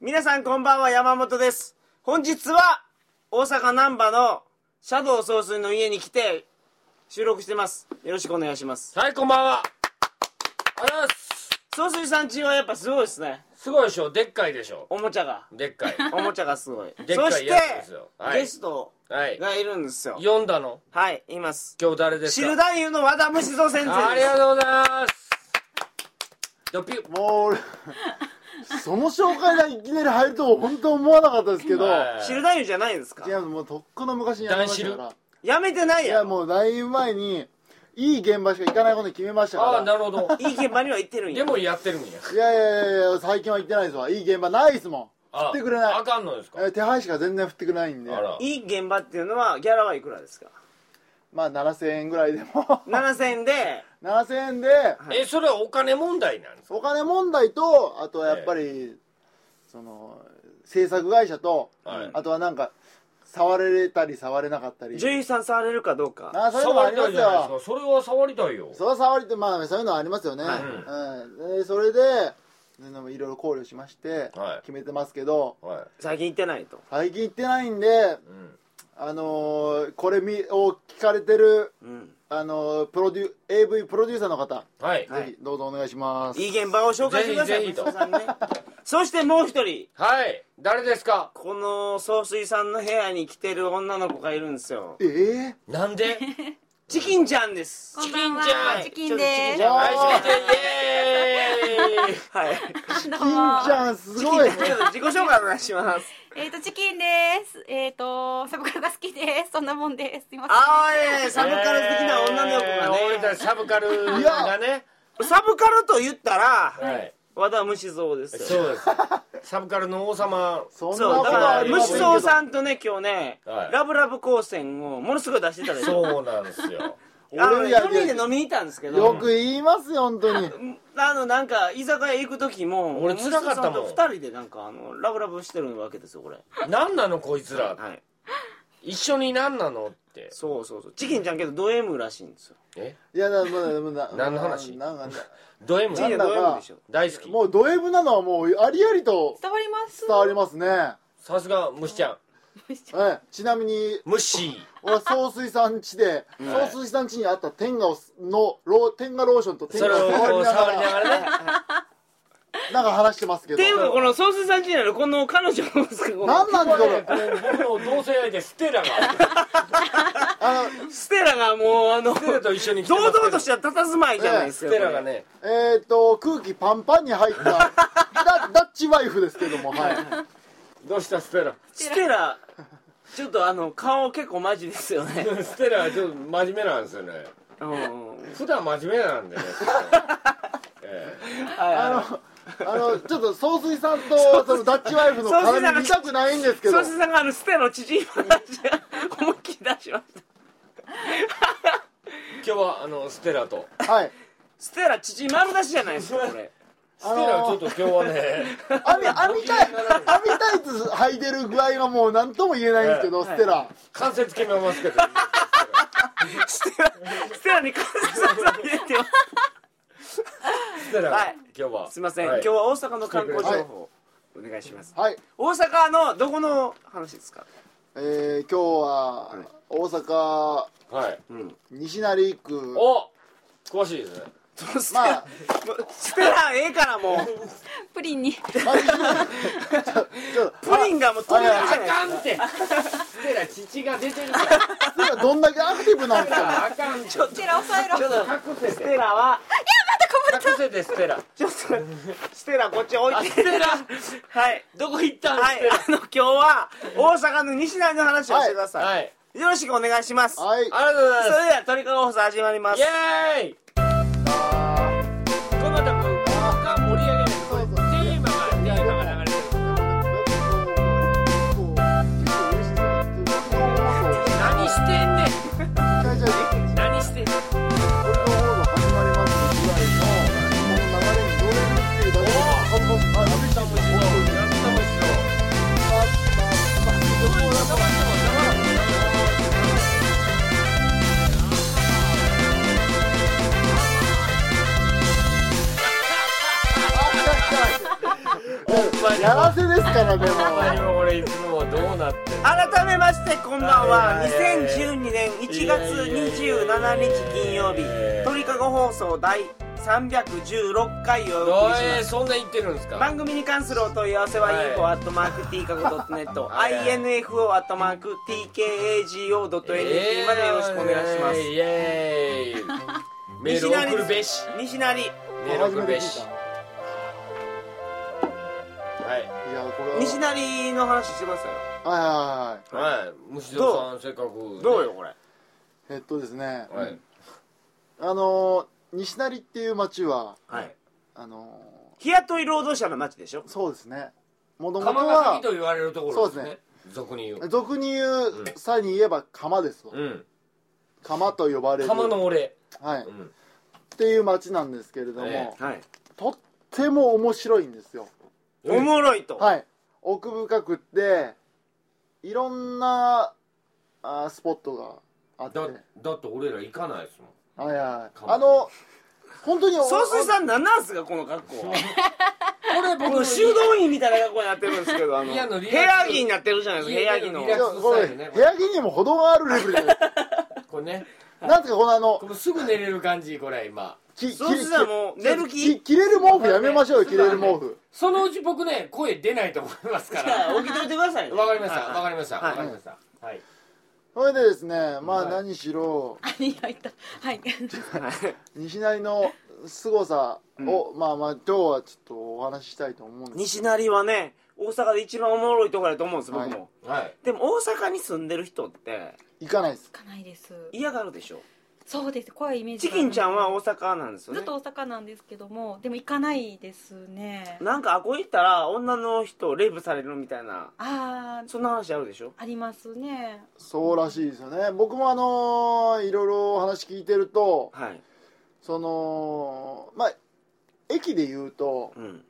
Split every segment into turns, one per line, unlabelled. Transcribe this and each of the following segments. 皆さんこんばんは山本です本日は大阪難波のシャドウ総帥の家に来て収録してますよろしくお願いします
はい、こんばんは。ありがとうございます。
総帥さんちはやっぱすごいですね
すごいでしょ、でっかいでしょ。
おもちゃが
でっかい。
おもちゃがすごい
でっ
そ
か
し
い
て
やつですよはい
ゲスト
はい。
がいるんですよ
読んだの
はいいます
今日誰です
知
か
る男優の和田虫蔵先生です
ありがとうございます。ドピュ
もう俺その紹介がいきなり入ると本当思わなかったですけど
はい
知る男優じゃないんですか
いやもうとっくの昔にやりましたか
男
ら
やめてない
い
や
や
ん
もうだいぶ前にいい現場しか行かないことに決めました
ああ、
か
なるほど。
いい現場には行ってるん
で
や
もやってるんや。
らいやいやいやいや最近は行ってないですわいい現場ないですも
あ
振ってくれない
あかんのです
ん
か
えー手配しか全然振ってくれないん
あ
で
ら。
いい現場っていうのはギャラはいくらですか
まあ7000円ぐらいでも
7000円で
7000円で
え、それはお金問題なんですか
お金問題とあとはやっぱりその制作会社と
はい
あとはなんか触れたり触れなかったり
女優さん触れるかどうか
あーそういうのも
触
あ
り
り
た
ま
いじゃないで
す
す
よ
か。それは触りたいよ。
その触りってまあそういうのはありますよね、
はい
うんでそれでそういうのもいろいろ考慮しまして
はい
決めてますけど、
は
最近行ってないと
最近行ってないんで
い。う
あのーこれみを聞かれてる、
うん
あのープロデュ AV プロデューサーの方、
ん。はい。
はい
ぜひどうぞお願いします
いい現場を紹介してください
ぜひぜひと
松本さんねそしてもう一人
はい。誰ですか
この総帥さんの部屋に来てる女の子がいるんですよ
ええ
なん で
チキンちゃんです
こんばん
チキンちゃん
は、チキンで
ちょっ
はい、
あー
チキンちゃんイエーイ
はい
す。ど
金
う
ち
も。
ゃん すごい
ちょっと自己紹介お願いします
えっと、チキンです。えっと、サブカルが好きです。そんなもんです。すいません。
あーえーサブカル的な女の子
え
が
ー俺た
ね
ちサブカルがね。
サブカルと言ったら
はい。
和田虫蔵ですよ
そうです。サブカルの王様。
そんな
そうだから
む
虫
し
蔵
ろ
さんとね今日ね、
はい
ラブラブ光線をものすごい出してたでしょ
そうなんですよ。
あの
俺
4
やけ
人で飲みに行ったんですけど
よく言いますよ本当に
あのなんか居酒屋行く時も
俺辛かったもん
娘さと2人でなんかあのラブラブしてるわけですよこれ
なんなのこいつら。
はい
一緒になんなのって。
そうそうそうチキンちゃんけどド M らしいんですよ
え
いやだからまだまだ
何の話
なんかね
ド M
チキンちゃん
な
ド
んだか
M でしょ
大好き。
もうド M なのはもうありありと
伝わります。
伝わりますね、
さすが虫ちゃん。
ええちなみに
ムッシ
俺総帥さん家で
ん
総帥さん家にあった天下をすのロー天下ローションと
ー。
天
そ
下
れを
を
こ
触り
う
な
触
が
りな
ら
がらね。
なんか話してますけ
って
ど
いうかこのソースさんちにあるこの彼女の息子
何なんですかこ
ね
れ
こう僕の同性相手ステラが。
あ
ステラがもうあの
ステラと一緒に来てます
堂
けど。
々とした佇まいじゃないです
ス
か
テラがね。
のえっ、と空気パンパンに入ったダダッチワイフですけどもはい
どうしたステラ。
ステラちょっとあの顔結構マジですよ ね
ステラはちょっと真面目なんですよね。
うんはい
普段真面目なん でね。ええ
はい
あのちょっと総帥さんとそのダッチワイフの
総帥さん
絡
が
み見たくないんですけど
ソースさんがあのステラの縮い話を思いっきり出しました
今日はあのステラと。
はい
ステラ縮丸出しじゃないですかこれ
ステラはちょっと今日は ね。
網網タイ網タイツ履いてる具合がもう何とも言えないんですけど、
はい
ステラ
関節決めますけど。
ステラステラに関節を入れてます
ステラ、
はい
今日は。
すいません、
は
今日は大阪の観光情報、お願いします
はい
大阪のどこの話ですか
えー、今日は大阪
はい。
うん
西成区
お詳しいですね。
ステラ、
まあ
ステラええからもう
プリンに。
ちょっと
プリンがもう取り上げじゃない
かんってステラ、父が出てるから。
ステラどんだけアクティブなんですかね
あかんちょっ
ステラ抑えろ。
ちょっと
隠せ
ステ
て。
ラは
隠せて、ステラ。
ちょっとステラこっち置いて
ステラ
はい
どこ行ったん
はいあの今日は大阪の西成の話をしてくだ
ステ
さ
ラ
い、
はい。
よろしくお願いします、
はい
ありがとうござい
そ
ま
れでは鳥かご放送始まります
す。イエーイこの多分、が盛り上げる。
そうそ
テ
う
ーマが、テーマが流れてる。何してんねん何してんねんやったもんしろ。
「
前に
や
も
らせですからでも
お前にもこれいつもどうなってんの
改めましてこんばんは
はいはいはい
2012年1月27日金曜日鳥かご放送第316回をお送りし
お
ま
い
す
そんな言ってるんですか
番組に関するお問い合わせは
はい
info at mark tkago.net
はい
info at mark tkago.net までよろしくお願いします
イエーイイエーイメール送るべし
西成
メール
初
送
め
る
て
べ
聞
し
い
はい
たいやこれは
西成の話してますよ
はいはいはい
はい虫田さんせっかく
どうよこれ
えっとですね、
はい
あのー西成っていう町は
はい
あの
日雇い労働者の町でしょ
ーそうですねもともと
釜ヶ
は
崎と言われるところですね俗に言う
俗に言う際に言えば釜ですわ、
うん
釜と呼ばれる
釜の俺
はい、
う
っ
ん
ていう町なんですけれども、
え
はい
とっても面白いんですよ
おもろいと
はい奥深くっていろんなあースポットがあって
だだって俺ら行かないですもん
はいはい
かも
あの本当にお
総帥さん何なんすかこの格好は
これ
僕の修道院みたいな格好になってるんですけど、あの、
いやあのリ
部
ラックス
屋着になってるじゃないですか、部屋着の
い。や
いやこれ
そうだよね
部屋着にも程があるレベル じゃない
これね
なんていうかこのあの
これすぐ寝れる感じこれ今
きき
そうしたらもう、寝る気
き着れる毛布やめましょうよ
そ
着
うだ
れ
ね
る毛布
そのうち僕ね声出ないと思いますか
じ ゃ
ら
あ、起きといてくださいね。
わかりました
はい
わかりました
はい
わかりましたはい
それでですねま
は
あ
い
何しろ
ありがとう。はい。
はい
西成の凄さを、まあまあ今日はちょっとお話ししたいと思うんです
西成はね、大阪で一番おもろいところだと思うんです、僕
は
も。
はい
でも、大阪に住んでる人って、
行かないです
行かないです。
嫌がるでしょ。
そうです。怖いイメージ
チ
がある。
キンちゃんは大阪なんですよ
ずっ
ね。
と大阪なんですけども、でも行かないですね。
なんか、あこ行ったら、女の人、レイプされるみたいな、
ああ、
そんな話あるでしょ。
ありますね。
そうらしいですよね僕もあのーいろいろお話聞いてると
はい。
そのまあ駅で言うと
うん。
うん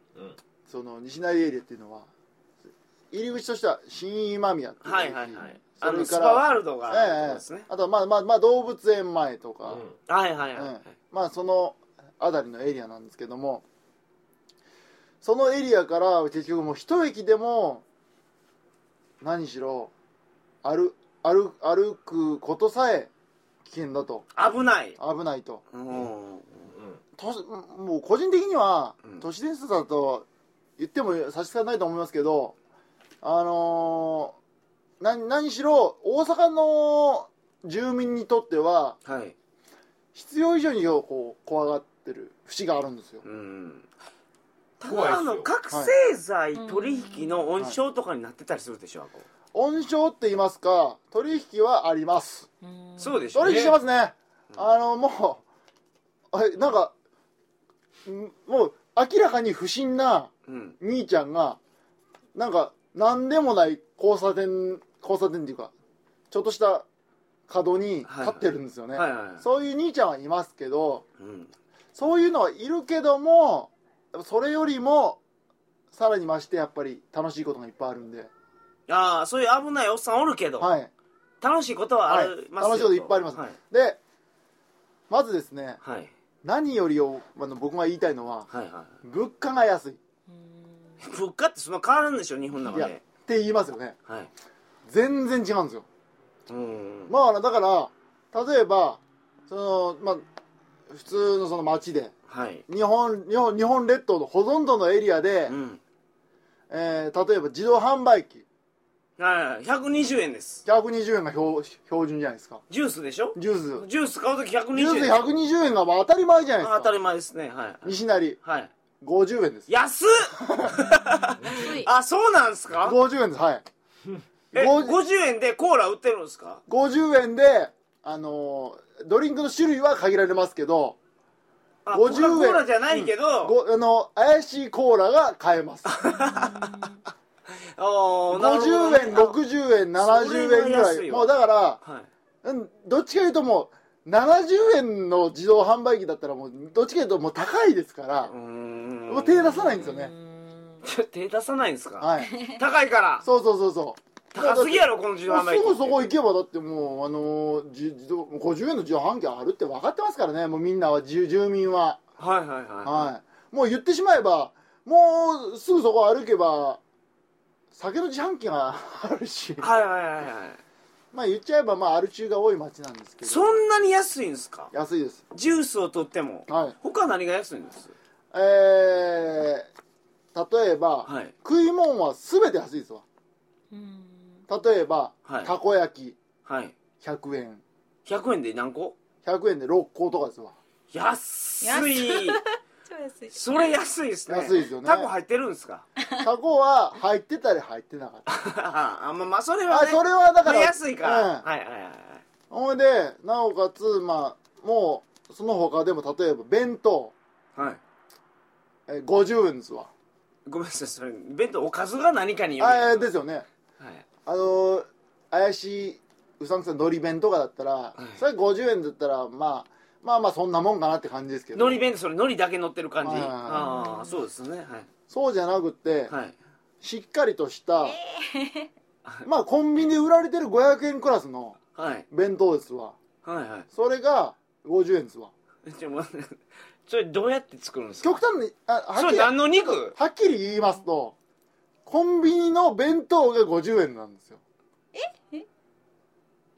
その西成エリアっていうのは入り口としては新今宮っていう駅
はいはいはい。あ
そ
の、
れ
ス
か
パ
ら
ワールドが
ええ
あるとこ
え
です
え
ね。
あとはまあまあまあ動物園前とか、
う
はいはいは
うん
い。
まあその辺りのエリアなんですけどもそのエリアから結局もう一駅でも何しろ歩歩歩くことさえ危険だと
危ない。
危ないと
うん。
ん
都市もう個人的には
うん
都市伝説だと言っても差し支えないと思いますけどあのー何何しろ大阪の住民にとっては
はい。
必要以上にこう怖がってる節があるんですよ
うんた
怖いっ
だ
す
あ
よ
の覚醒剤取引の温床とかになってたりするでしょ、あこ
温床って言いますか取引はあります
うん
そうでしょ
取引してますねあのもうあなんかんもう明らかに不審な
うん
兄ちゃんがなんか何でもない交差点交差点っていうかちょっとした角に立ってるんですよね、
はいはいはい
そういう兄ちゃんはいますけど
うん
そういうのはいるけどもそれよりもさらに増してやっぱり楽しいことがいっぱいあるんで、
ああそういう危ないおっさんおるけど、
はい、
楽しいことはありますよ、
はい楽しいこといっぱいあります
はい
でまずですね
はい
何よりをあの僕が言いたいのは
はいは
物価が安いっ
うん
い物価ってそんな変わらんでしょ日本の中
いや
で
て言いますよね
はい
全然違うんですよ
うん
まああのだから例えばそのまあ普通のその街で
はい
日本日本日本列島のほとんどのエリアで、
うん
えー例えば自動販売機
はいはい120円です
120円が標標準じゃないですか
ジュースでしょ
ジュース
ジュース買うとき120
ジュ
円
ース120円がまあ当たり前じゃないです
あ
か
当たり前ですねはい
西成
はい
50円です
安っ
安い。
あそうなんすか
50円ですはい
え
50
50円でコーラ売ってるんですか
50円であのードリンクの種類は限られますけど
あ
50
コ
円
カ・コーラじゃないけど、
ごあの怪しいコーラが買 えます
おーなるほどね
50円60円70円
それ
ぐ
は
ら
安
い
いわ
もうだから
あはい
うんどっちかいうともう70円の自動販売機だったらもうどっちかいうともう高いですから
うーん
もう手出さないんですよね
うん
ちょ手出さないんですか、
はい
高いから
そうそうそうそう
高すぎやろこの自動販売機
すぐそこ行けばだってもうあのーじ自動50円の自動販売機あるって分かってますからねもうみんなは住住民は
はいはいはい
はいもう言ってしまえばもうすぐそこ歩けば酒の自販機があ るし
はいはいはいはい
まあ言っちゃえばまあアル中が多い町なんですけど
そんなに安いんですか
安いです
ジュースを取っても
はい
他何が安いんです
えー、例えば、
はい
食い物は全て安いですわ
うん
例えば、
はい
たこ焼き
はい
100円
100円で何個
100円で6個とか ですわ
安い
超安い
それ安いですね
安いですよね
タコ入ってるんですか
たこは入ってたり入ってなかった
あまあまあそれは
あ
ね
それはだから
安いから、
うん
はいはいはいはい
ほいでなおかつまあもうその他でも例えば弁当
はい
えー50円ですわ
ごめんなさいそれ弁当おかずが何かによる
あえーですよね
はい
あのー怪しいうさんくさいのり弁とかだったら、
い
それ50円だったらまあまあまあそんなもんかなって感じですけど
海苔弁当それ海苔だけ乗ってる感じ
はいはいはい
ああそうですねはい
そうじゃなくて、
はい
しっかりとした、まあコンビニで売られてる500円クラスの
はい
弁当ですわ
はいはい
それが50円ですわ
ちょ待ってそれどうやって作るんですか
極端にあは
そ
っ
れ
きり
何の肉
はっきり言いますとコンビニの弁当が50円なんですよ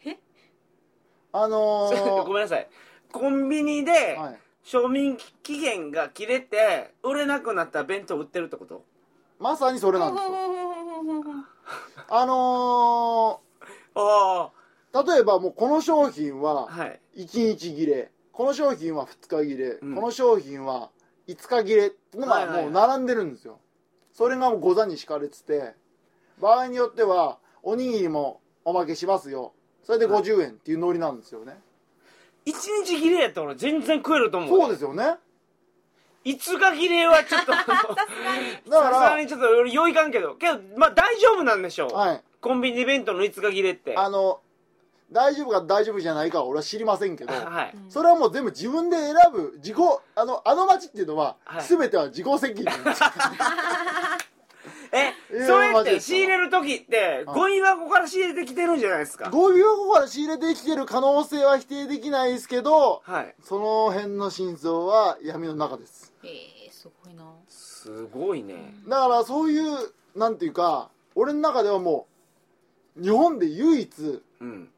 ええ
あの ー
ごめんなさいコンビニで
はい、
賞味期限が切れて売れなくなった弁当売ってるってこと
まさにそれなんですよ
は
あの
あ
ー例えばもうこの商品
あ
は
はい
1日切れこの商品は2日切れ、
うん
この商品は5日切れっての
はい
が
はいはい
もう並んでるんですよ、それがもうご座に敷かれてて場合によってはおにぎりもおまけしますよそれで50円っていうノリなんですよね、
一日切れやったら俺全然食えると思う
そうですよねだ
5日切れはちょっ とさ
か
すが
ら
にちょっと俺よいかんけどけどまあ大丈夫なんでしょう、
はい
コンビニ弁当の5日切れって
あの大丈夫か大丈夫じゃないかは俺は知りませんけど
はい
それはもう全部自分で選ぶ自己あのあの街っていうのは
はい
全ては自己責任、
え
いや
そうやっ
マジ
て
です
仕入れる時って
はい
ゴミ箱から仕入れてきてるんじゃないですか
ゴミ箱から仕入れてきてる可能性は否定できないですけど
はい
その辺の真相は闇の中です
えー、すごいな
すごいね
だからそういうなんていうか俺の中ではもう日本で唯一
うん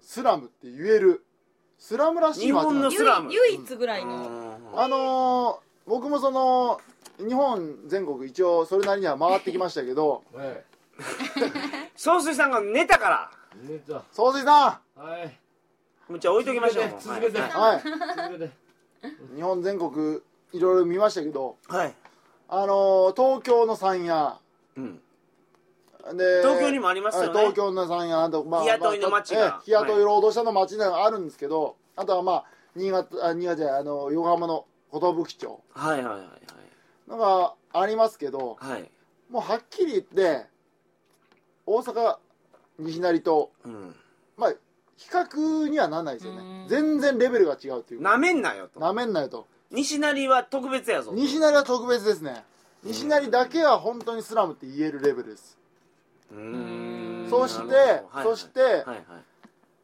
スラムって言えるスラムらしい街
日本
なん
の
です
スラム
唯唯一ぐらいの
は
あのー僕もその日本全国一応それなりには回ってきましたけど
はい
い総帥さんが寝たから
寝た
総帥さ
はい
もうじゃあ置いときましょう
続けて
はい
んはい
続けて
日本全国いろいろ見ましたけど
はい
あのー東京の山屋
うん
で
東京にもありますよね
はい東京の山屋あと、ま
日雇いの街が
まあええ日雇い労働者の町があるんですけど、あとはまあ新潟あ新潟じゃないあの横浜の寿町
はいはいはい
のがありますけど
はいはい
もうはっきり言って大阪西成と
うん
まあ比較にはならないですよね
うん
全然レベルが違うというか
なめんなよと
なめんなよと
西成は特別やぞ
西成は特別ですね西成だけは本当にスラムって言えるレベルです
うーん
そして
なるほどはいはい
そして
はいはい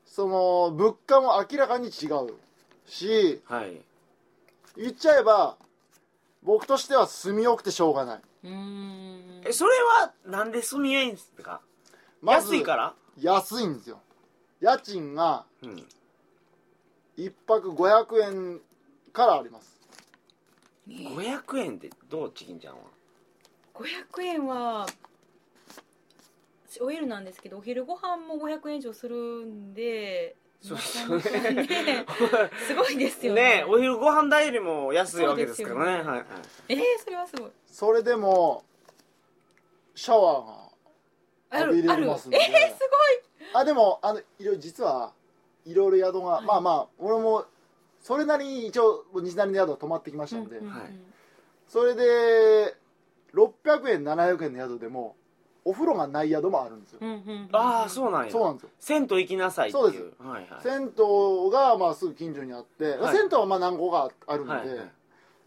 その物価も明らかに違うし
はい
言っちゃえば僕としては住みよくてしょうがない、
うーん
えそれはなんで住みやいんですか
まず
安いから
安いんですよ家賃が
うん
1泊500円からあります
500円でどうチキンちゃんは
500円はお昼なんですけどお昼ご飯も500円以上するんで
そう
な
です
か
よ
な
ね
かねすごいですよ
ね
ね
えお昼ご飯代よりも安いわけですからね
そうですよね
はいはい
えー、それはすごい
それでもシャワーが浴びれますんで
えー、す
あでもあのいろいろ実はいろいろ宿が、まあまあ俺もそれなりに一応西成の宿は泊まってきました
ごい
んで、
うんうんうん
はい
それで600円700円の宿でもお風呂がない宿もあるんですよ、
うんうんうん
ああそうなんや
そうなんですよ
銭湯行きなさいっていう
そうで
はいはい
銭湯がまあすぐ近所にあって、
はい
銭湯はまあ何個かあるんで、
はいはい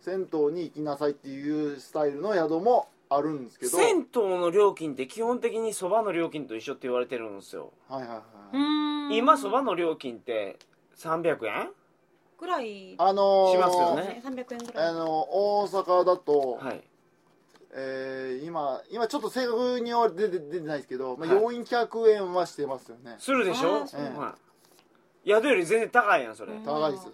銭湯に行きなさいっていうスタイルの宿もあるんですけど
銭湯の料金って基本的にそばの料金と一緒って言われてるんですよ
はいはいは
う
い、
ーん
今そばの料金って300円
ぐらい
あのー
しますよね
300円ぐらい
あの大阪だと、
はい
えー今今ちょっと正確には出て出てないですけど、まあ、
はい
400円はしてますよね、
するでしょ
あーそう
はい宿より全然高いやんそれ、
うん
高いです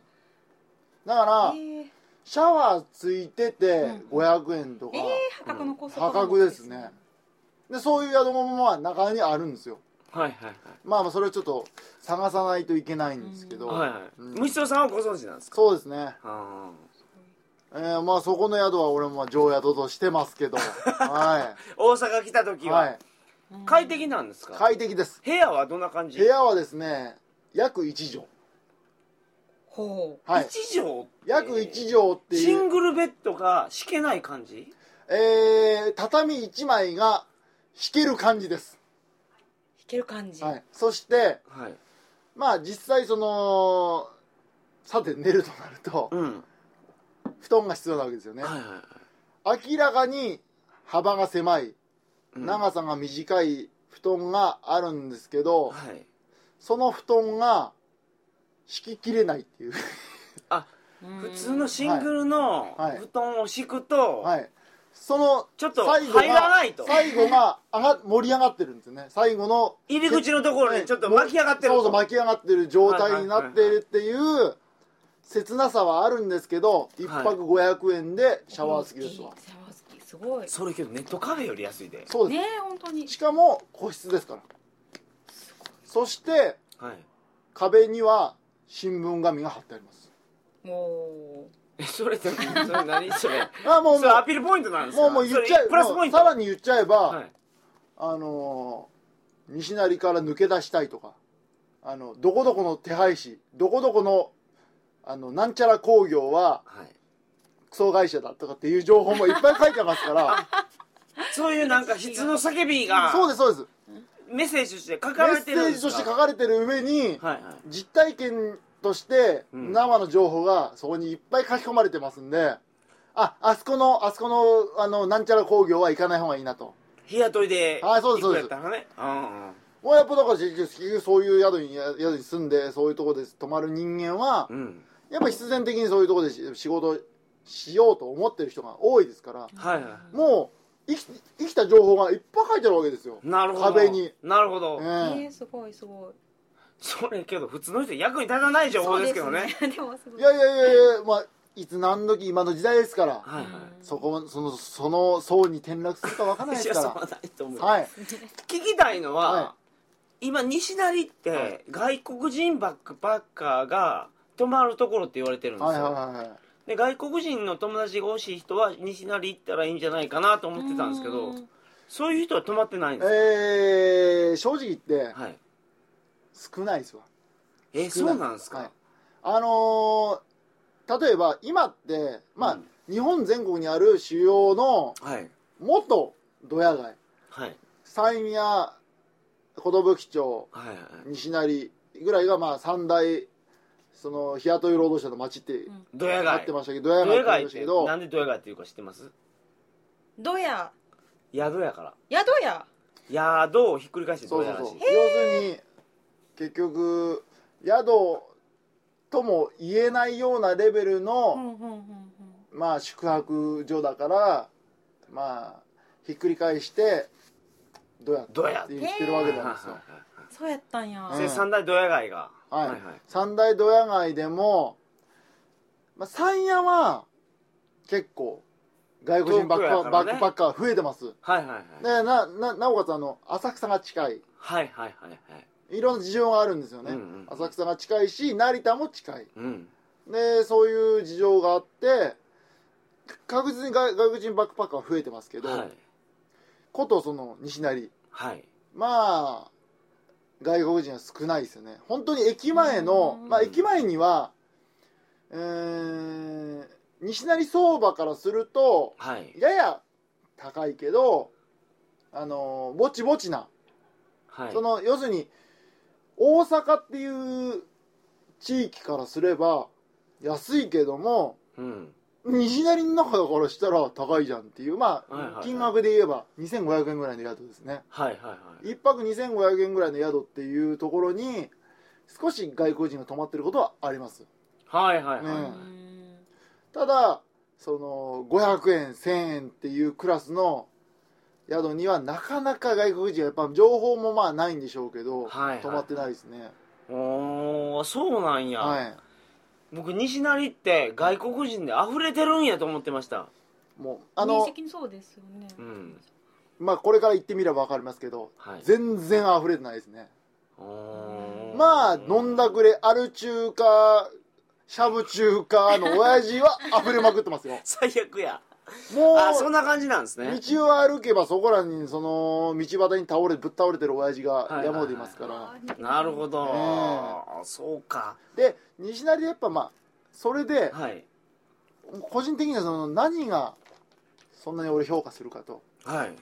だから
えー
シャワーついてて
う
500円とか
えー、破格の高速
破格ですねでそういう宿もまあ中にあるんですよ
はいはい
まあまあそれをちょっと探さないといけないんですけど、
はいはいはい、
うん
虫尾さんはご存知なんですか
そうですね
あ
えーまあそこの宿は俺もまあ常宿としてま すけどは
ー大阪来た時
い、
は、
はい、
快適なんですか、
快適です
部屋はどんな感じ
部屋はですね約1
ほ
畳はい
一畳って
約1畳って
シ
い
ン
う、
グルベッドが敷けない感じ
えー畳1枚が引ける感じです、
う弾ける感じ、
はい、そして
はい
まあ実際そのさて寝るとなると
うん
布団が必要なわけですよね
はいはいはい
明らかに幅が狭い
うん
長さが短い布団があるんですけど、
はい
その布団が敷ききれないっていう
うん
普通のシングルの
はい
布団を敷くと、
はいその
ちょっと
最後が
入らないと
最後が上が盛り上がってるんですよね最後の
入り口のところにちょっと巻き上がってる
そうそ
と
う巻き上がってる状態になっているっていう切なさはあるんですけど1泊500円でシャワー付きですわ、
シャワー付きすごい
それけどネットカフェより安いで
そうで
ねえ本当に
すしかも個室ですからそして
はい
壁には新聞紙が貼ってあります
も
えそれってそれ何 それ
あもう
それ
も
アピールポイントなんですか
うもうもう言っちゃ
そ
え
れプラスポイント
もうさらに言っちゃえば、
はい
あのー西成から抜け出したいとかあのどこどこの手配師どこどこのあのなんちゃら工業は
はい
クソ会社だとかっていう情報もいっぱい書いてますから
そういうなんか悲痛の叫びが
そうですそうです
メッセージとして書
メ
かれ
ッセ
てるん
ー
で
ジ
す
と
か
して書かれてる上に
はいはい
実体験として
うん
生の情報がそこにいっぱい書き込まれてますんでああそこのあそこのあのなんちゃら工業は行かない方がいいなと
日雇いで
あそうです
行くやったらねうんうん
もうやっぱだから結局そういう宿に宿に住んでそういうところで泊まる人間は
うん
やっぱ必然的にそういうところでし仕事しようと思ってる人が多いですから
はいは
もう生き生きた情報がいっぱい書いてるわけですよ、
いなるほど
壁に
なるほど、
え
う
え
ねえすごいすごい
それけど普通の人役に立たない情報ですけどね
そうですね でもすごい
いやいやいやいや、まあ、いつ何時今の時代ですから
はいはい
そこそのその層に転落するかわからない
い
で
や
す
そうは
か
ないと思う、
らはい
聞きたいのは、
は
今西成って外国人バックパッカーが泊まるところって言われてるんですよ、
はいはいはいはい
で外国人の友達が欲しい人は西成行ったらいいんじゃないかなと思ってたんですけど
うん
そういう人は泊まってないんですか、
えー、正直言って
はい、
少ないですわ
え
少
そうなんですか、
はいあのー例えば今ってまあ、
うん
日本全国にある主要の
はい
元ドヤ街
はい
山陰や寿町
はいはい
西成ぐらいがまあ三大その日雇い労働者の町って
ドヤ
な
街
って
ド
ましたけど、ドヤ
ヤ街
街っ
って
言
て
い
な
ましたけど
んでドヤ街っていうか知ってます
どや
宿やから
宿や
宿をひっくり返して
そ
ド
うそ
ヤ
う
らし
そ
いう
要するに結局宿とも言えないようなレベル
う
の、
んうんうんうん
まあ宿泊所だからまあひっくり返してドヤ
ドヤ
って言ってるわけなんですよ
はいはいはい
そうやったんや、
で三大ドヤ街が、は
はい、
いはい
三大ドヤ街でも、まあ、三夜は結構外国人バック
遠く
パ,、
やから
バッ
ね
クパッカー増えてます
はいはい
で
はい
なななおかつあの浅草が近い
はいはいはいはい
いろんな事情があるんですよね、
うんうん
浅草が近いし成田も近い
うん
でそういう事情があって確実に外外国人バックパッカーは増えてますけど、
はい
ことその西成
はい
まあ外国人は少ないですよね本当に駅前の
うん
まあ駅前にはえー西成相場からすると
はい
やや高いけどあのぼちぼちな、
はい
その要するに大阪っていう地域からすれば安いけども
うん
西成の中だからしたら高いじゃんっていうま
はいはいは
あ
い
金額で言えば2500円ぐらいの宿ですね、
はいはいはい
一泊2500円ぐらいの宿っていうところに少し外国人が泊まってることはあります
はいはいはい
ね
はい
うん
ただその500円1000円っていうクラスの宿にはなかなか外国人はやっぱ情報もまあないんでしょうけど、
はいはい
泊まってないですね
おーそうなんや、
は
僕西成って外国人で溢れてるんやと思ってました
いもうあ
認
の
識にそうですよね。
うん
まあこれから行ってみれば分かりますけど
はい
全然溢れてないですね
おー
まあ飲んだくれある中華しゃぶ中華の親父は溢れまくってますよ
最悪や
も
あそん
う
な感じなんですね
道を歩けばそこらにその道端に倒れぶっ倒れてる親父
は
が
い
山ほどいますから、
なるほ
ど。
ど、
え
そうか
で西成やっぱまあそれで
はい
個人的にはその何がそんなに俺評価するかと
はい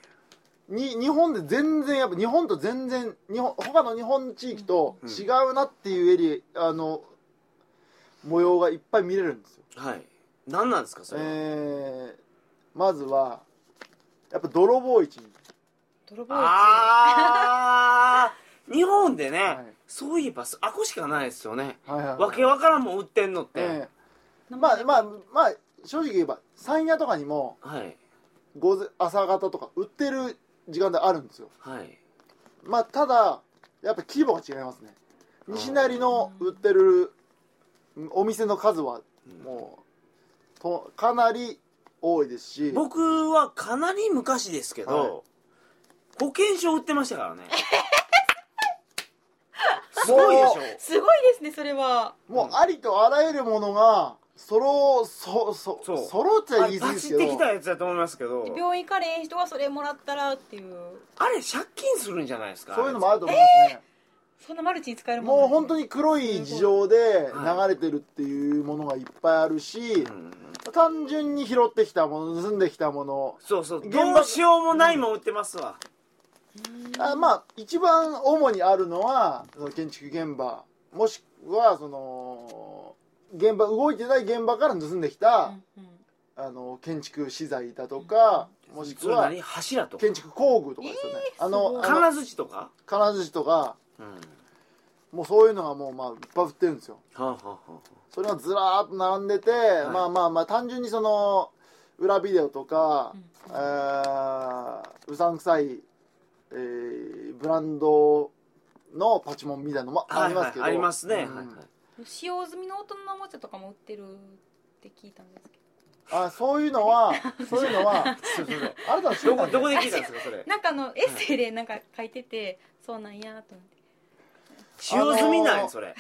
に日本で全然やっぱ日本と全然日本他の日本地域と
うん
違うなっていうエリア、あの模様がいっぱい見れるんですよ、
はい何なんですかそれ
え
は、
ーまずはやっぱ泥棒市に、
泥棒市。
あー日本でね、
はい
そういえばあこしかないですよね
はいはい
わけわからんもん売ってんのって、
えーまあまあまあ正直言えば山屋とかにも
はい
午前朝方とか売ってる時間であるんですよ
はい
まあただやっぱ規模が違いますね西成の売ってるお店の数はもうとかなり多いですし
僕はかなり昔ですけど、保険証売ってましたからね すごいでしょ
すごいですね、それは。
もうありとあらゆるものが揃うそそ
そう
揃っちゃ
あ
言
れ
い過ぎで
走
す
っ
け
てき
ど
たやつだと思いますけど
病院行かれへん人はそれもらったらっていう。
あれ借金するんじゃないですか
そういうのも
あ
あると思うんですね、
そんなマルチに使えるもん
もう本
に。
当に黒い事情で流れてるっていうものがいっぱいあるし、
れ、うん
単純に拾ってきたもの盗んできたもの
そうそう
現場
どうしようもないもん売ってますわ、
あまあ一番主にあるのはその建築現場もしくはその現場動いてない現場から盗んでき
う
た、
んうん
あの建築資材だとか、もし
そ
く
れ
は
何柱とか
建築工具とかですよね、あの
すごい
あの
金槌とか、
金槌とか
うん、は
もうそういうのがもうまあいっぱい売ってるんですよ
あ、はあはあは
それがずらーっと並んでて、
い
まあまあまあ単純にその裏ビデオとか、
うん
えーうさんくさい、えーブランドのパチモンみたいなのも
あ、
ありますけど、
はいはいありますね、
うん
はいは
使用済みの大人のおもちゃとかも売ってるって聞いたんですけ
あそういうのはそういうのはあなたの知ら
い、 ど
ない
こどこで聞いたんですかそ れ
どなんかあのエッセイでなんか書いててそうなんやと思って
使用済みな
あの
ん
ー
それ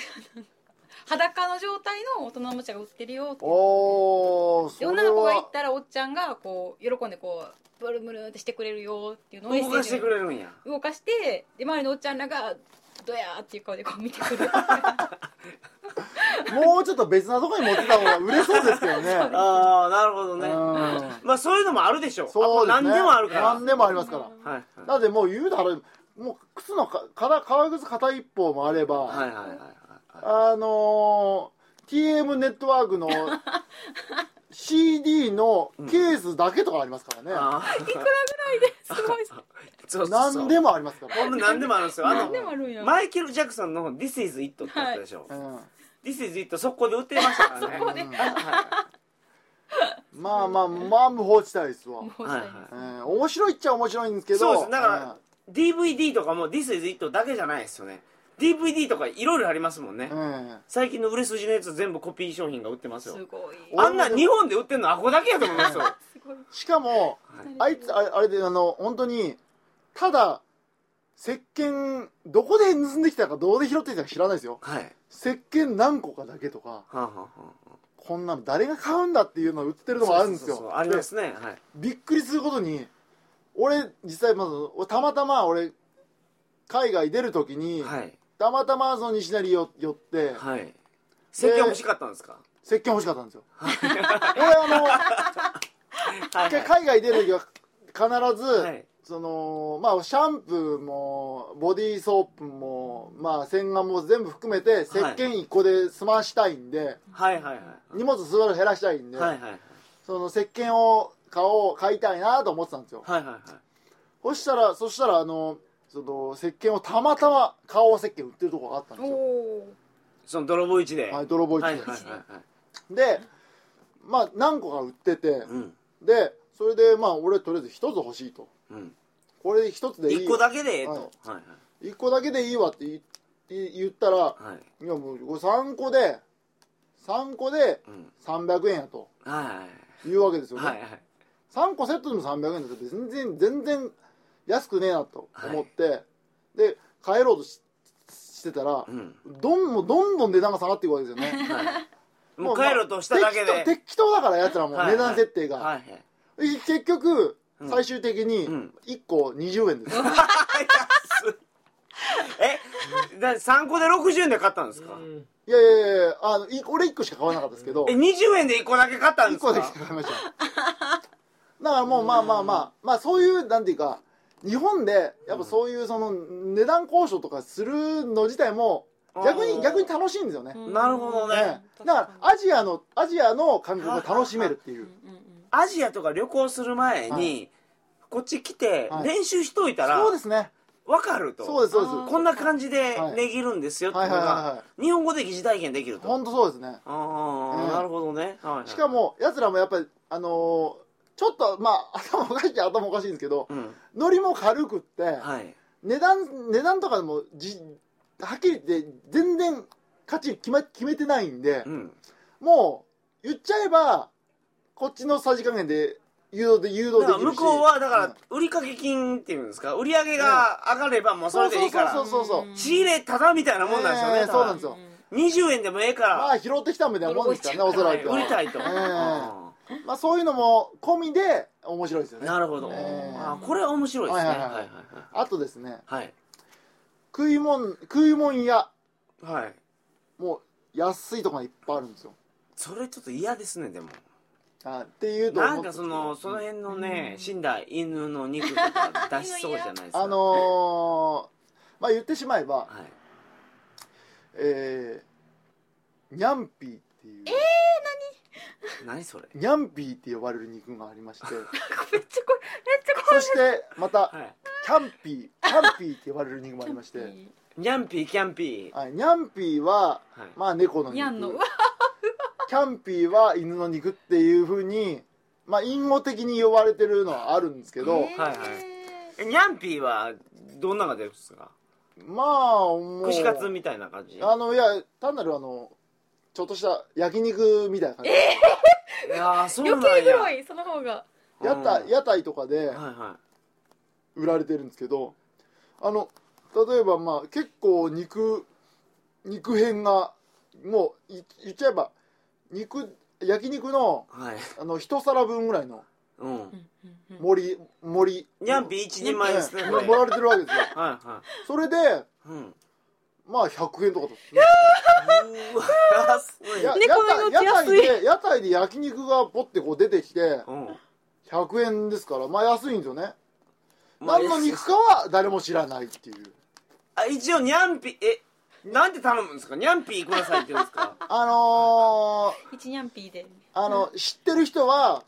裸の状態の大人のおもちゃが売ってるよって
おーそ
で
れは
女の子が行ったらおっちゃんがこう喜んでこうブルブルってしてくれるよっていうのをエッセ
動
イ
かして
で
くれるんや
動かしてで周りのおっちゃんらが「ドヤ」っていう顔でこう見てくる
もうちょっと別なとこに持ってた方が売れそうですけどね
ああなるほど
う
ね
ん
まあそういうのもあるでしょ
そうですね
あもう何でもあるから
何でもありますから
はいはい
なのでもう言うたらもう靴のかから革靴片一方もあれば、
はいはいはいはいはい
あのー TM ネットワークの CD のケースだけとかありますからね、
あ ー
すごい
そうそうそう
何でもありますから、
ほんま何でもあるんですよあ
何で
の
もあるんや
マイケル・ジャクソンの「This is It」ってあったでしょ
うん
「This is It」速攻で売ってました からね
ここで
うん
はいは
まあまあまあ無法地帯ですわ、
もう
い
さ
はいはい
うん面白いっちゃ面白いんですけど
そうですだから、DVD とかも「This is It」だけじゃないですよね DVD とかいろいろありますもんね
うんうん
最近の売れ筋のやつ全部コピー商品が売ってます
す
よ
ごい
お
あんな日本で売ってんのアホだけやと思いますよ
すごい
しかもあいつあれあれであの本当にただ石鹸どこで盗んできたかどうで拾ってきたか知らないですよ
はい
石鹸何個かだけとか
はあはあはあ
こんなの誰が買うんだっていうのを売ってるのもあるんです
そうそう
よ
そうありますねはい
でびっくりすることに俺実際まずたまたま俺海外出る時に、
はい
たまたまその西成よ寄って、
はい石鹸欲しかったんですか
石鹸欲しかったんですよ俺あ
は
の一回海外出る時は必ず、
はい
そのまあシャンプーもボディーソープもまあ洗顔も全部含めて石鹸1個で済ましたいんで、
はいはいはい
荷物すごい減らしたいんで、
はいはいはい
その石鹸を買おう買いたいなと思ってたんですよ、
はいはいはい
そしたらそしたらあのその石鹸をたまたま顔石鹸売ってるとこがあったん
お
ですよ
お
その泥棒市で
は
はい
泥棒市で、
はいはいはい
でまあ何個か売ってて、
うん
でそれでまあ俺とりあえず一つ欲しいと
うん
これ一つでいい
一個だけでええと
は
はい
一個だけでいいわって言って言ったら
はいはい
いやもう3個で3個で
うん
300円やと
は
いうわけです
い
よね、
はいはい
3個セットでも300円だって全然全然安くねえなと思って、で帰ろうとししてたら
うん
どんもうどんどん値段が下がっていくわけですよ ね
はいもう帰ろうとしただけで
もうまあ適当適当だからやつらも
はい
値段設定が、
はいはい
で結局
うん
最終的に
うん
1個20円です、
えだ3個で60円で買ったんですか
うん
いやいやいやいやあのい俺1個しか買わなかったですけど
え20円で1個だけ買ったんです
1
か
個だけ買いましただからもうまあまあまあまあそういうなんていうか日本でやっぱそういうその値段交渉とかするの自体も逆
あー
に逆に楽しいんですよね、
うん
なるほどね
ねだからアジアのアジアの感覚が楽しめるってい
うん
う
うんうん
アジアとか旅行する前に、
はい
こっち来て
はい
練習しといたら
そうですね
分かると、
そうですそうです
あー
こんな感じで
はい
値切るんですよってい
は
う
い
の
はいはい
が
は
日本語で疑似体験できる
い
と
本当そうですね
ああ、
うん
なるほどね、はいはい
しか、もやつらもやっぱりあのーちょっとまあ 頭おかしいっちゃ頭おかしいんですけど
うん
ノリも軽くって、
はい、
値段値段とかでもじはっきり言って全然価値決,、ま、決めてないんで、
うん、
もう言っちゃえばこっちのさじ加減で誘導で誘
だ
導で
か
き
ら
るし
向こうはだか
うん
ら売掛金っていうんですか売り上げが上がればもうそれでいいから、
そうそうそうそう
仕入れただみたいなもんなんですよね、
ええ
だか
そ
ら
うなんですよ
20円でもええか
まあ
ら
拾ってきたみたいなもんですからねおそらく
売りたいと、
ええ
あ
まあ、そういうのも込みで面白いですよ
ー
ね
なるほど、
ええ
あーこれは面白いですねは
は
い
い
は
はいい
は
はいいあとですね
はい
食いもん食いもん屋
はい
もう安いとこがいっぱいあるんですよ
それちょっと嫌ですねでも
あっていうと
なん
思っ
か
て
そのその辺のね
うん
死んだ犬の肉とか出しそうじゃないですか
あのーまあ言ってしまえば
はい
えー、ニャンピーっていう、
何それ
ニャンピーって呼ばれる肉がありまして
めっちゃこめっちゃ
そ
こ
してまた
はい
キャンピーキャンピーって呼ばれる肉もありまして、
ニャンピーキャンピー
はい、ニャンピーは
はい
まあ猫の肉
ニャンのうわ
キャンピーは犬の肉っていうふうにまあ隠語的に呼ばれてるのはあるんですけど、
はいはいえニャンピーはどんなのが出るんですか
まあもう
串カツみたいな感じ
あのいや単なるあのちょっとした焼肉みたいな感じ、
いやーそうなん
余
や
計黒いその方が
屋
う
台
ん
屋台とかで
はいは
売られてるんですけどあの例えばまあ結構肉肉片がもうい言っちゃえば肉焼肉の
いはい
あの一皿分ぐらいの
うん
盛り盛り
ニャンピー一人前ですね
ええ
これ
盛られてるわけですよ
はいは
それで
い うん
まあ100円とかだっ
うわ安い
や
猫の
屋台
やつ安い
屋台で屋台で焼肉がポッてこう出てきて
うん
100円ですからまあ安いんですよね
まあ
何の肉かは誰も知らないっていう
あ一応ニャンピーえなんて頼むんですかニャンピーくださいって言うんです か
あのー、
一ニャンピーで
あの、知ってる人は、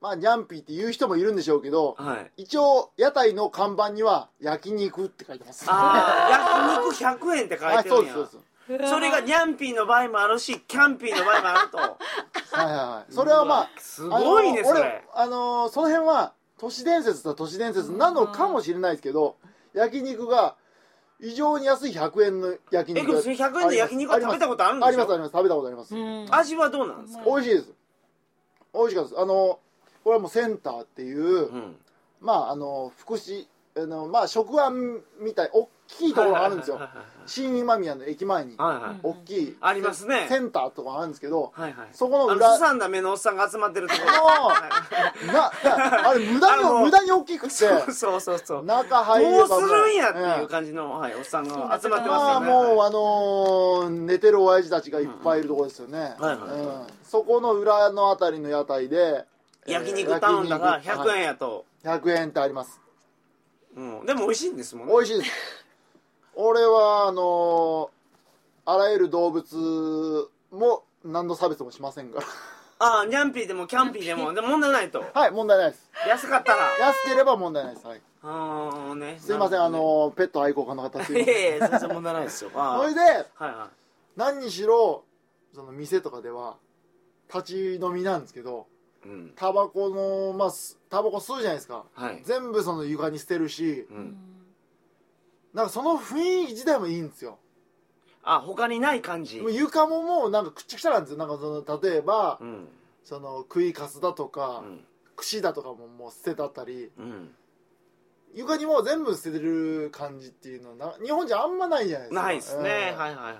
まあ、ニャンピーって言う人もいるんでしょうけど、
はい
一応、屋台の看板には、焼肉って書いてます。
ああ焼肉100円って書い
は
て
い、
る
そ
ん
う
や
です、そうです。
それがニャンピーの場合もあるしキャンピーの場合もある と
はいはいはい。それはまあ、
すごいね
あ
そ
の
れ
俺、あのーその辺は、都市伝説だ都市伝説なのかもしれないですけど、焼肉が、異常に安い100円の焼
えで
肉
もそれ100円で焼肉は食べたことあるん
あ
で
り
す
ます、あり
よ
ます。食べたことあります。
うん
味はどうなんですか
う
美味しいです。美味しかったです。あのーこれはもうセンターっていう、
ん
まああの福祉あのまあ食案みたい大きいところがあるんですよ
はいはいはい
新今宮の駅前に
はいはい
大きい
ありますね
センターとかあるんですけど
はいはい
そこの
あ
裏
のすさんだ目のおっさんが集まってると ころ
のななあれ無駄
あの
に無駄に大きくて
そう そうそうそうも
中入れば
うするんやっていう
ええ
感じの、はい、おっさんが集まって
ま
ますよ
あ
ね
もうあのー寝てる親父たちがいっぱいいるところですよね、
うんはいはい
うんそこの裏のあたりの屋台で
焼肉頼んだが
焼肉
100円やと、
はい100円ってあります
うん、でも美味しいんですもんね
美味しいです俺はあのーあらゆる動物も何の差別もしませんから
ああニャンピーでもキャンピーでもでも問題ないと
はい問題ないです
安かったら
安ければ問題ないです、はい、
あーね
すいません、あのーペット愛好家の方す
い
いません
やいや全然問題ないですよあー
それで
はいは
何にしろその店とかでは立ち飲みなんですけど
うん
タバコのまあすタバコ吸うじゃないですか
はい
全部その床に捨てるし
うん
なんかその雰囲気自体もいいんですよ
あ他にない感じ
もう床ももうなんかくっちゃくちゃなんですよなんかその例えば
うん
その食いかすだと
う
か
ん
串だとかももう捨てたったり
うん
床にもう全部捨ててる感じっていうのな日本じゃあんまないじゃないですか
ないですね、
うん
はいはいはいはい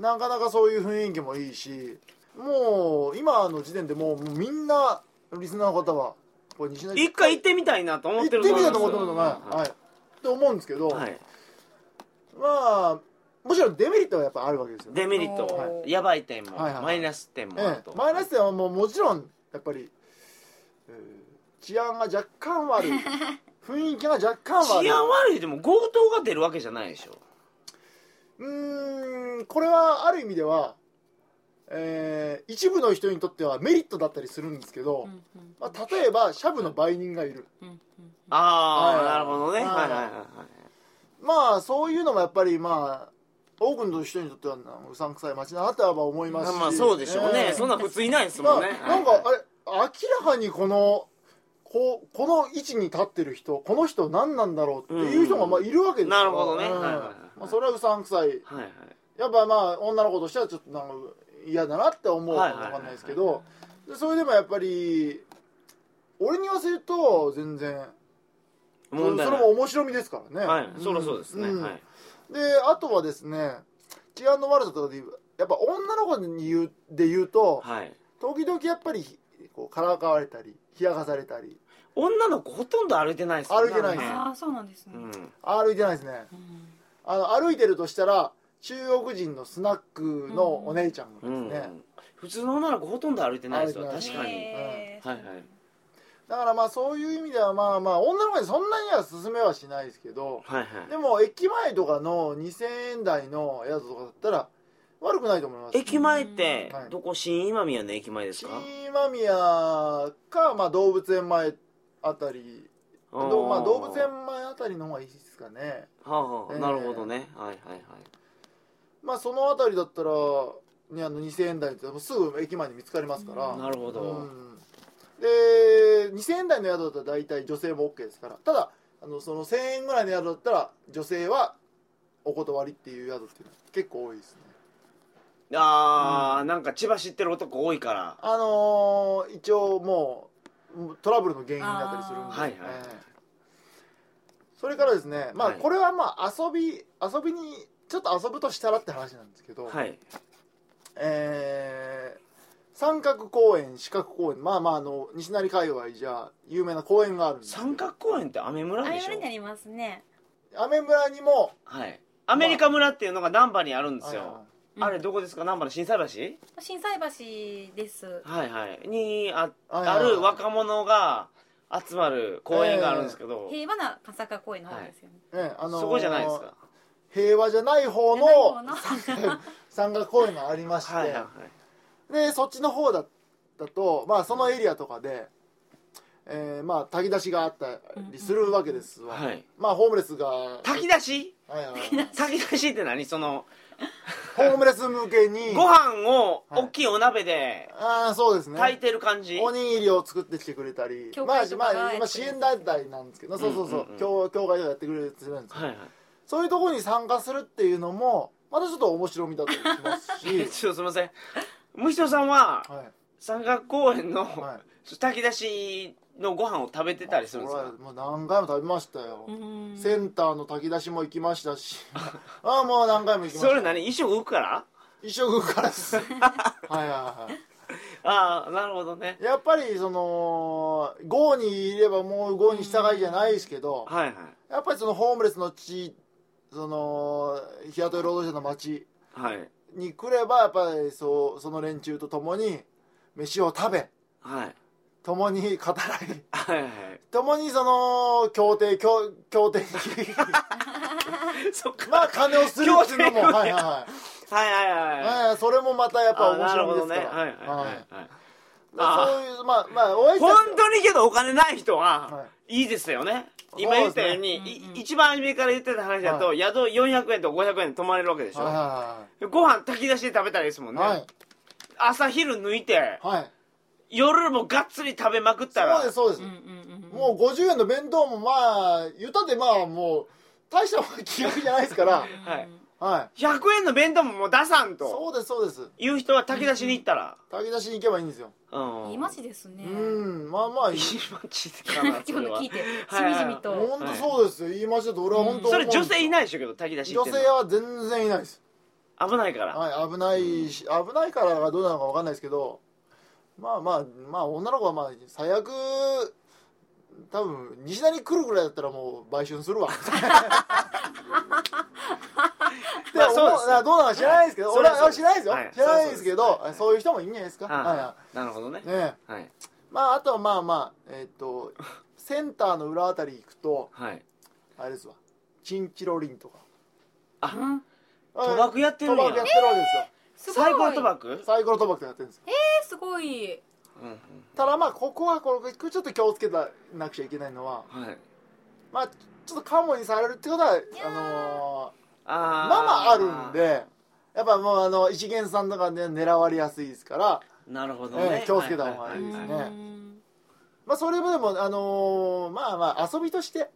なかなかそういう雰囲気もいいしもう今の時点でもうもうみんなリスナーの方はこれ西成
一回行ってみたいなと思
行
っ
ってて
る
み
思い
たい
ま
と
す
思ってるのが
は
はいって思うんですけど、
はい
まあもちろんデメリットはやっぱあるわけですよ、
デメリット、
はい
やばい点も、
はいはい
マイナス点もある
ええ
と、
マイナス点はもうもちろんやっぱり、えー治安が若干悪い 雰囲気が若干悪い
治安悪いでも強盗が出るわけじゃないでしょ
うーんこれはある意味では、えー一部の人にとってはメリットだったりするんですけど、まあ、例えばシャブの売人がいる
ああ、
はい
なるほどね
はい
はいはいはいはい
まあそういうのもやっぱりまあ多くの人にとってはなんかうさんくさい街だなとはまあ思いますし、
まあそうでしょうね、
ええ
そんな普通いないですもんね、
まあなんか、
はいはい
あれ明らかにこのここの位置に立ってる人この人何なんだろうっていう人がまあいるわけです
なるほどね
う
は
ん
いはいはい
まあ、それはうさんくさ
は
い
いはい
やっぱまあ女の子としてはちょっとなんか嫌だなって思うか
はい
も
はいはいはい
わかんないですけどでそれでもやっぱり俺に言わせると全然
問題
そ
な
れ
い
も面白みですからね、
はい、
ん
そりゃそうですね、
うん
はい
であとはですね治安の悪さとかで言うやっぱ女の子に言うで言うと
はい
時々やっぱりこうからかわれたり冷やかされたり
女の子ほとんど歩いてないですもんね
歩いてないです
ああそうなんですね、
うん
歩いてないですね
うん
あの歩いてるとしたら中国人のスナックのお姉ちゃんが
う
です
ん
ね、
普通の女の子ほとんど歩いてないですよ
歩い
確
て
かに、
ねえ
はいはい
だからまあそういう意味ではまあまあ女の子にそんなには勧めはしないですけど
はいはい
でも駅前とかの2000円台の宿とかだったら悪くないと思います
駅前って
はい
どこ新今宮の駅前です
新
か
間宮か、まあ、動物園前あたりどまあ、動物園前あたりの方がいいですかね
はあはあ
ええ
なるほどねはいはいはい
まあそのあたりだったら、ね、あの2000円台ってもうすぐ駅前に見つかりますから、
なるほど、
うんで2000円台の宿だったら大体女性も OK ですからただあのその1000円ぐらいの宿だったら女性はお断りっていう宿っていうのは結構多いですね
ああ、なんか千葉知ってる男多いから
あのー一応もうトラブルの原因だったりするんで、
あーはいはい
ええそれからですねまあ、
はい
これはまあ遊び遊びにちょっと遊ぶとしたらって話なんですけど、
はい
えー三角公園四角公園まあまああの西成界隈じゃ有名な公園があるんですけど
三角公園ってアメ村
あ
で
れ
しょ
になりますね
アメ村にも
はいアメリカ村っていうのが難波にあるんですよ、
うん
あれどこですか難波の心斎橋
心斎橋です
はいはいにあ
はい
ある若者が集まる公園があるんですけど、
平和な笠川公園の方ですよね、
ええあのー
そこじゃないですか
平和じゃない方
じゃない方
の
の
山岳公園がありまして、
はいはいはい
でそっちの方だだと、まあ、そのエリアとかで、えーまあ、炊き出しがあったりするわけですわ、
はい
まあホームレスが、は
炊き出し
いはいはい
炊き出しって何その
ホームレス向けに
ご飯を
はい
大きいお鍋で
ああそうですね
炊いてる感じ、
おにぎりを作ってきてくれたり
教
まあ
会と
ま
かが
あ
やってくれる
今支援団体なんですけどそうそうそう,、
うんうんうん
教教会とかやってくれてるんですけど
はいはい
そういうところに参加するっていうのもまたちょっと面白みだったりします
え
し
ちょっとすみませんむしとさんは
はい
三角公園の
はい
炊き出しのご飯を食べてたりするんです
あ
か
それはもう何回も食べましたよ、
うん
センターの炊き出しも行きまし たしああもう何回も行きました
それ何衣装浮くから
一生食うからですはいはいは
ああなるほどね
いやっぱりその郷にいればもう郷に従いじゃないですけど
はいはい
やっぱりそのホームレスの地その日雇い労働者の町
はい
に来ればやっぱりそうその連中と共に飯を食べ
はい
共に語らい
はいは
共にその協定協協定に
いそっか
まあ金をするっていうのも
協定
はいはいはい
はいはいはい
ええそれもまたやっぱ
あ
面
なる
白
ほ
いで
ど
す
ね
か
はい
ら
はいは
はい
いはいあ
そういうまあまあお会い
本
した人
当にけどお金ない人は
は
い
い
いですよね
そうです
今
ね
言ったようにい
うんうん
一番初めから言ってた話だと
は
宿400円と500円で泊まれるわけでし
は
ょ
いはいはい
ご飯炊き出しで食べたりですもんね
はい、
朝昼抜いて
はい
夜もがっつり食べまくったら
そうですそうです、
うんうんうん。
もう50円の弁当もまあ言ったってまあもう大した金額じゃないですから
うん
はい
はい
100円の弁当ももう出さんと
そうですそうです
いう人は炊き出しに行ったら、
炊き出しに行けばいいんですよ
うん
いい街ですね。
うんまあまあいい
今聞いてた な
今
それ
の
は
聞いて、し
はい
みじみと。
本当そうですよ言いましたと俺は本当
それ女性い
い
ないでしょうけど炊き出し行っ
女
て
性
んの
は全然いないです
危ないから、
はい危ないし危ないからがどうなのか分かんないですけどまあまあまあ女の子はまあ最悪多分西田に来るぐらいだったらもう売春するわ
まあそう
って思う
ですね
などうなのか知らないですけど、
はい
俺
そ
は
うです
知らないですよ、
はい
知らないですけど
そう
そう
ですそうです
いう人もいいんじゃないですか、
はい
は
なるほどね
いねえ
はい
まああとはまあまあえっとセンターの裏あたり行くと
はい
あれですわチンチロリンとか
あ、
うん
賭博やってるん
賭
や
博やってるわけですよ、
すごい
サイコロ賭博、
サイコロ賭博とかやってるんですよ
えーすごい。
うん
ただまあここはこれちょっと気をつけなくちゃいけないのは
うん、はい
まあちょっとカモにされるってことはあの
あ
ー
ー
まあまああるんでやっぱもうあの一元さんとかね狙われやすいですから
なるほどね、
ええ気をつけた方がいいですね
うん
まあそれもでもあのーまあまあ遊びとして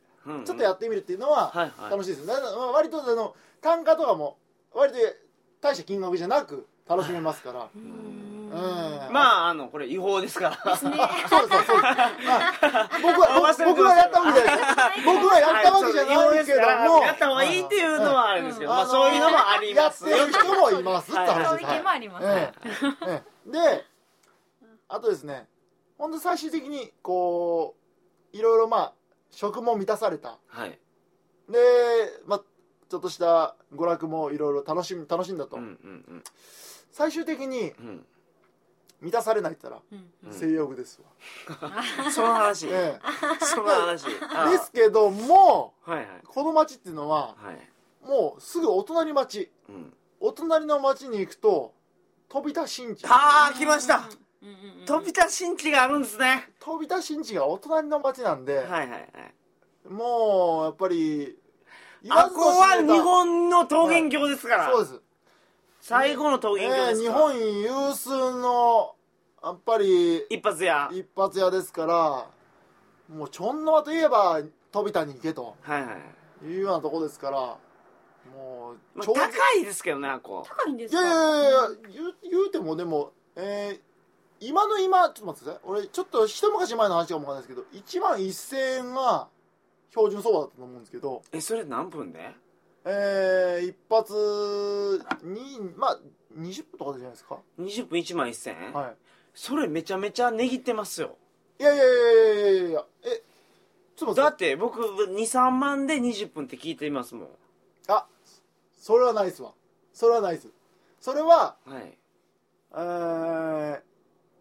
ちょっとや
っ
ってみるっていうのは
はいはい
楽しいです、だからまあ割とあの単価とかも割と大した金額じゃなく楽しめますから
う
うん
ん
まああのこれ違法ですから
ですね。
そうですそうです、ま あ、僕は僕僕がやったわけじゃないです僕がやったわけじゃない
はいそう
けども、
です違法ですからやった方がいいっていうのはあるんですけど、
うん
まあ、そういうのもあります
やってる人もいますって
はい
話
そう
で
いう
す、
意
はい
見もあります。
ええええであとですねほんと最終的にこういろいろまあ食も満たされた
はい、
で、まあ、ちょっとした娯楽もいろいろ楽しみ楽しんだと、
うんうん
最終的に
うん
満たされないって言ったら
うん
うん
性欲ですわ、
うんその話
え
その話あ
えですけども
はいはい
この町っていうのは
はい
もうすぐお隣町
うん
お隣の町に行くと飛び田新地
あー来ました。
うんうんうんうん
飛び田新地があるんですね
飛び田新地がお隣の町なんで、
はいはいはい
もうやっぱり言わ
あ
ずと
こは
知れた
日本の桃源郷ですから、
そうです、
最後の桃源郷で
えー
す
日
から、
本有数のやっぱり
一発や
一発屋ですからもうちょんの間といえば飛田に行けと
はいはい、
いうようなとこですからもう
まあ、
ちょうど
高いですけどねあこ
高いんで
い
す
や
か。
いやいやいや言う言うてもでもえー今の今ちょっと待ってください俺ちょっと一昔前の話かもわかんないですけど1万1000円が標準相場だったと思うんですけど
えそれ何分で
えー、一発にまあ20分とかじゃないですか
20分1万1000円、
は
それめちゃめちゃ値切ってますよ
いいやいやいやいやいやいやえちょっと
だ
待っ
ってて僕23万で20分って聞いていますも
あそれはないっすわそれはないっすそれは
んはい
えー、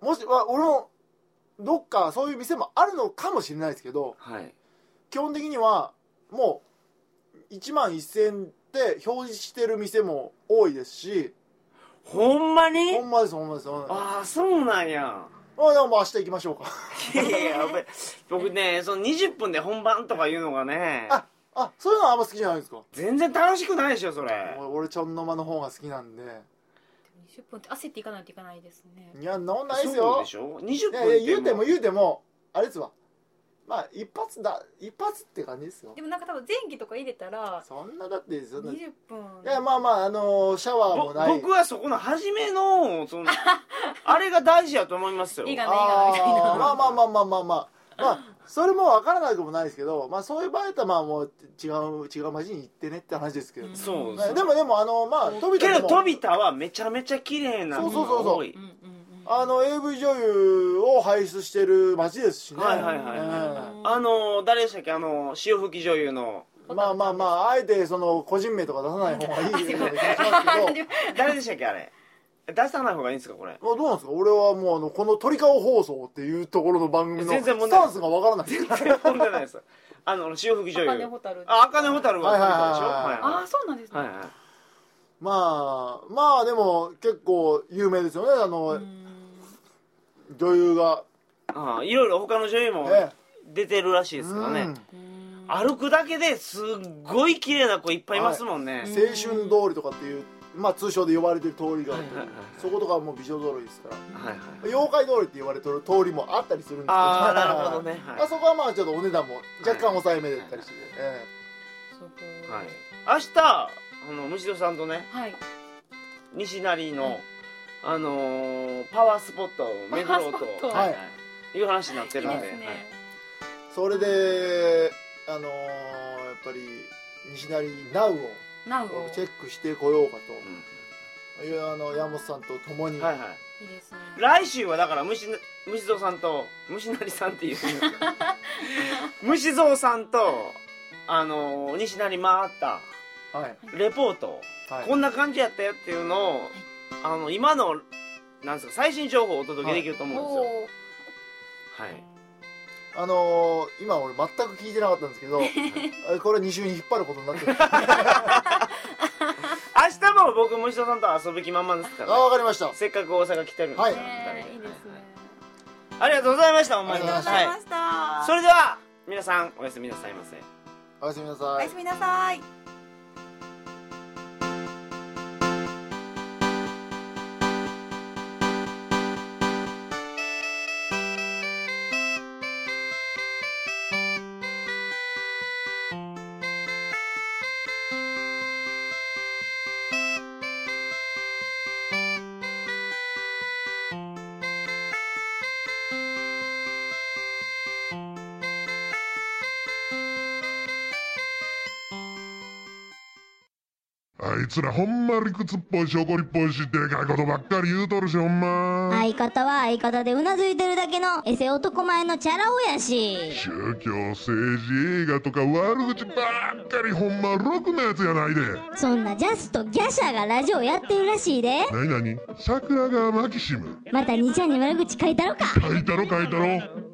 もしわ俺もどっかそういう店もあるのかもしれないですけど
はい
基本的にはもう1万1000円で表示してる店も多いですし
ほんまに
ほんまですほんまですほんまです
ああそうなん や
あでももう明日行きましょうか
いやいややっぱり僕ねその20分で本番とかいうのがね
ああそういうのはあんま好きじゃないんですか
全然楽しくないでしょそれ
俺俺ちょんの間の方が好きなんで
20分って焦っていかないといかないですね。
いやんなもんないです
そう
よ
でしょ20
いやいや
分
言うても
い
言うてもあれですわまあ一発だ一発って感じですよ
でもなんか多分前期とか入れたら
そんなだってそんない
20分。
やまあまああのーシャワーもない
僕はそこの初めの そのあれが大事やと思いますよ
いいかな
あ
いいかなみたい
ー
な
まあまあまあまあまあまあまあそれもわからなくもないですけど、まあ、そういう場合だったらまあもう違う違う街に行ってねって話ですけど、
うん
そう
ねでもでもあのまあ飛び
け
で
ど
も
飛田はめちゃめちゃ綺麗なのが多い
そうそうそうそう
うんうんうん。
あの AV 女優を輩出してる街ですしね
はいはいはいはい
え
あの誰でしたっけあの潮吹き女優の
えまあまあまああえてその個人名とか出さない方がいいような気がします けど
誰でしたっけあれ出さない方がいいんですかこれ
まあどうなんですか俺はもうあのこの鳥顔放送っていうところの番組の
全然問
ス
題な
タ
い
ンスがわからないです
本じゃないですあの潮吹き女
赤根
優
ホタル。
あ茜蛍は
はいはい
は
あー、そうなんです
いはいはい
ね。
はい
まあまあでも結構有名ですよねあの、
うん
女優が、
ああいろいろ他の女優も
え
出てるらしいですから
う
ね
ん
うん
歩くだけですっごい綺麗な子いっぱいいますもんね
青春通りとかっていうまあ通称で呼ばれてる通りがあって
はいはいはい
そことかはもう美女揃いですから
はいはい
妖怪通りって言われてる通りもあったりするんですけど
ああなるほどねはい
あそこはまあちょっとお値段も若干抑えめだったりして、え
そこ
はい明日あのむしろさんとね
はい
西成のあのーパワースポットを巡ろう
パワースポ
と
ット
はいはいいう話になって
いい
るん
で
です
ね
はい
えそれであのーやっぱり西成ナウを
ナウを
チェックしてこよう
う
か
ん
という、あの山本さんと共に、
はいはい
いいですね
来週はだから虫な虫蔵さんと虫なりさんっていう 虫蔵さんとあのー西成回った
はい
レポートを
はい
こんな感じやったよっていうのを、あの今のなんですか最新情報をお届けできると思うんですよ
おー
はい、
あのー今俺全く聞いてなかったんです けどあこれ2週に引っ張ることになってるあ
明日も僕虫蔵さんと遊ぶ気満々ですから、
わかりました
せっかく大阪来てるんで、
はい
ねえいいですね
ありがとうございましたほんまに
ありがとうご
あ
ざ
りました
それでは皆さんおやすみなさいませ
おやすみなさ
お
い
やすみなさい
あいつらほんま理屈っぽいし怒りっぽいしでかいことばっかり言うとるしほんま
相方は相方でうなずいてるだけのエセ男前のチャラ男やし
宗教政治映画とか悪口ばっかりほんまろくなやつやないで
そんなジャスとギャシャがラジオやってるらしいで
なになに桜川マキシム
また兄ちゃんに悪口書いたろか
書いたろ書いたろ